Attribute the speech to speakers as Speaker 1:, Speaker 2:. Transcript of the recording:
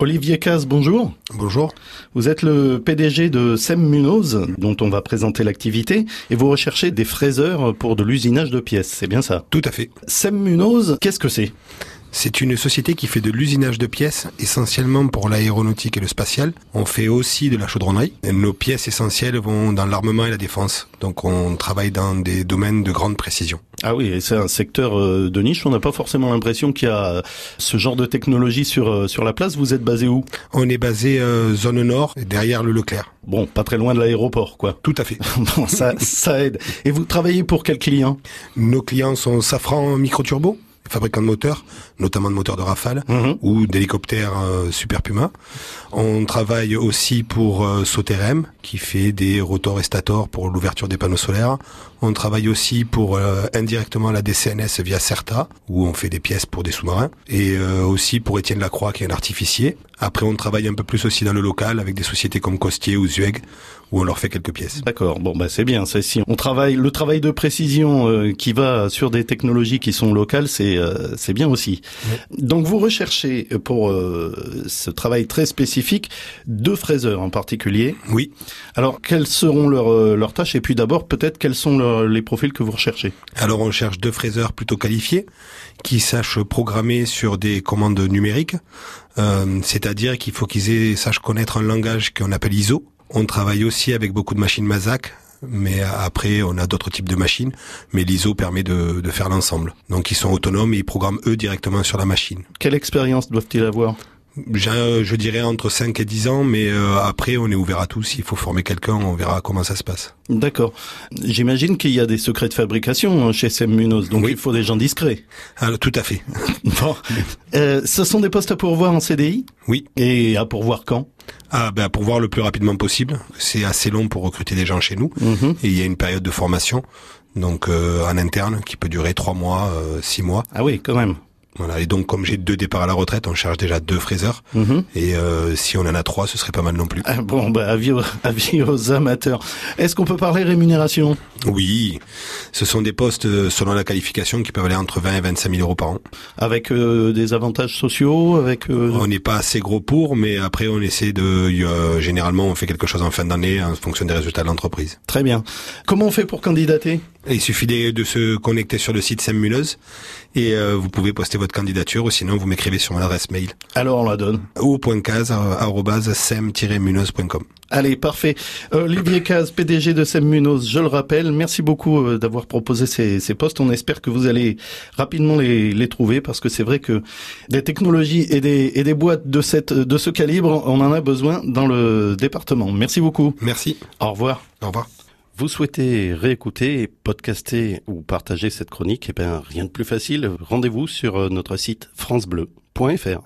Speaker 1: Olivier Caz, bonjour.
Speaker 2: Bonjour.
Speaker 1: Vous êtes le PDG de SEM Munoz, dont on va présenter l'activité, et vous recherchez des fraiseurs pour de l'usinage de pièces, c'est bien ça
Speaker 2: Tout à fait.
Speaker 1: SEM Munoz, qu'est-ce que c'est
Speaker 2: C'est une société qui fait de l'usinage de pièces essentiellement pour l'aéronautique et le spatial. On fait aussi de la chaudronnerie. Nos pièces essentielles vont dans l'armement et la défense. Donc on travaille dans des domaines de grande précision.
Speaker 1: Ah oui, et c'est un secteur euh, de niche, on n'a pas forcément l'impression qu'il y a euh, ce genre de technologie sur, euh, sur la place. Vous êtes basé où
Speaker 2: On est basé euh, zone nord, derrière le Leclerc.
Speaker 1: Bon, pas très loin de l'aéroport, quoi.
Speaker 2: Tout à fait.
Speaker 1: Bon, ça, ça aide. Et vous travaillez pour quel client
Speaker 2: Nos clients sont Safran Microturbo, fabricant de moteurs, notamment de moteurs de Rafale
Speaker 1: Mhm.
Speaker 2: ou d'hélicoptères euh, Super Puma. On travaille aussi pour euh, Soterem qui fait des rotors et stators pour l'ouverture des panneaux solaires. On travaille aussi pour euh, indirectement la DCNS via Certa où on fait des pièces pour des sous-marins et euh, aussi pour Étienne Lacroix qui est un artificier. Après on travaille un peu plus aussi dans le local avec des sociétés comme Costier ou Zueg où on leur fait quelques pièces.
Speaker 1: D'accord. Bon, bah c'est bien. Ça, si on travaille le travail de précision euh, qui va sur des technologies qui sont locales, c'est euh, c'est bien aussi. Donc vous recherchez euh, pour euh, ce travail très spécifique deux fraiseurs en particulier.
Speaker 2: Oui,
Speaker 1: Alors quelles seront leurs euh, leurs tâches et puis d'abord peut-être quels sont leurs- les profils que vous recherchez.
Speaker 2: Alors on cherche deux fraiseurs plutôt qualifiés qui sachent programmer sur des commandes numériques, Euh, c'est-à-dire qu'il faut qu'ils aient- sachent connaître un langage qu'on appelle ISO. On travaille aussi avec beaucoup de machines Mazak, mais après on a d'autres types de machines, mais l'ISO permet de, de faire l'ensemble. Donc ils sont autonomes et ils programment eux directement sur la machine.
Speaker 1: Quelle expérience doivent-ils avoir
Speaker 2: J'ai, euh, je dirais entre 5 et 10 ans, mais euh, après on est ouvert à tout. S'il faut former quelqu'un, on verra comment ça se passe.
Speaker 1: D'accord. J'imagine qu'il y a des secrets de fabrication hein, chez Sem Munoz, donc
Speaker 2: Oui.
Speaker 1: il faut des gens discrets.
Speaker 2: Alors, tout à fait.
Speaker 1: Bon, Euh, ce sont des postes à pourvoir en CDI
Speaker 2: Oui.
Speaker 1: et à pourvoir quand
Speaker 2: Ah ben pour voir le plus rapidement possible. C'est assez long pour recruter des gens chez nous
Speaker 1: Mhm.
Speaker 2: et il y a une période de formation donc euh, en interne qui peut durer trois mois, euh, six mois.
Speaker 1: Ah oui, quand même.
Speaker 2: Voilà et donc comme j'ai deux départs à la retraite, on cherche déjà deux fraiseurs
Speaker 1: Mhm.
Speaker 2: et euh, si on en a trois, ce serait pas mal non plus.
Speaker 1: Ah bon, bah, avis aux, avis aux amateurs. Est-ce qu'on peut parler rémunération
Speaker 2: Oui, ce sont des postes euh, selon la qualification qui peuvent aller entre 20 et 25 000 euros par an.
Speaker 1: Avec euh, des avantages sociaux Avec euh,
Speaker 2: On n'est pas assez gros pour, mais après on essaie de euh, généralement on fait quelque chose en fin d'année en fonction des résultats de l'entreprise.
Speaker 1: Très bien. Comment on fait pour candidater
Speaker 2: Il suffit de, de se connecter sur le site Sam Munoz et euh, vous pouvez poster votre candidature ou sinon vous m'écrivez sur mon adresse mail
Speaker 1: Alors on la donne.
Speaker 2: o.case@sem-munoz.com.
Speaker 1: Allez, parfait. Euh, Olivier Caz, PDG de SEM Munoz, je le rappelle, merci beaucoup euh, d'avoir proposé ces, ces postes. On espère que vous allez rapidement les, les trouver parce que c'est vrai que des technologies et des, et des boîtes de, cette, de ce calibre, on en a besoin dans le département. Merci beaucoup.
Speaker 2: Merci.
Speaker 1: Au revoir.
Speaker 2: Au revoir.
Speaker 1: Vous souhaitez réécouter, podcaster ou ben, partager cette chronique Eh bien, rien de plus facile. Rendez-vous sur euh, notre site francebleu.fr.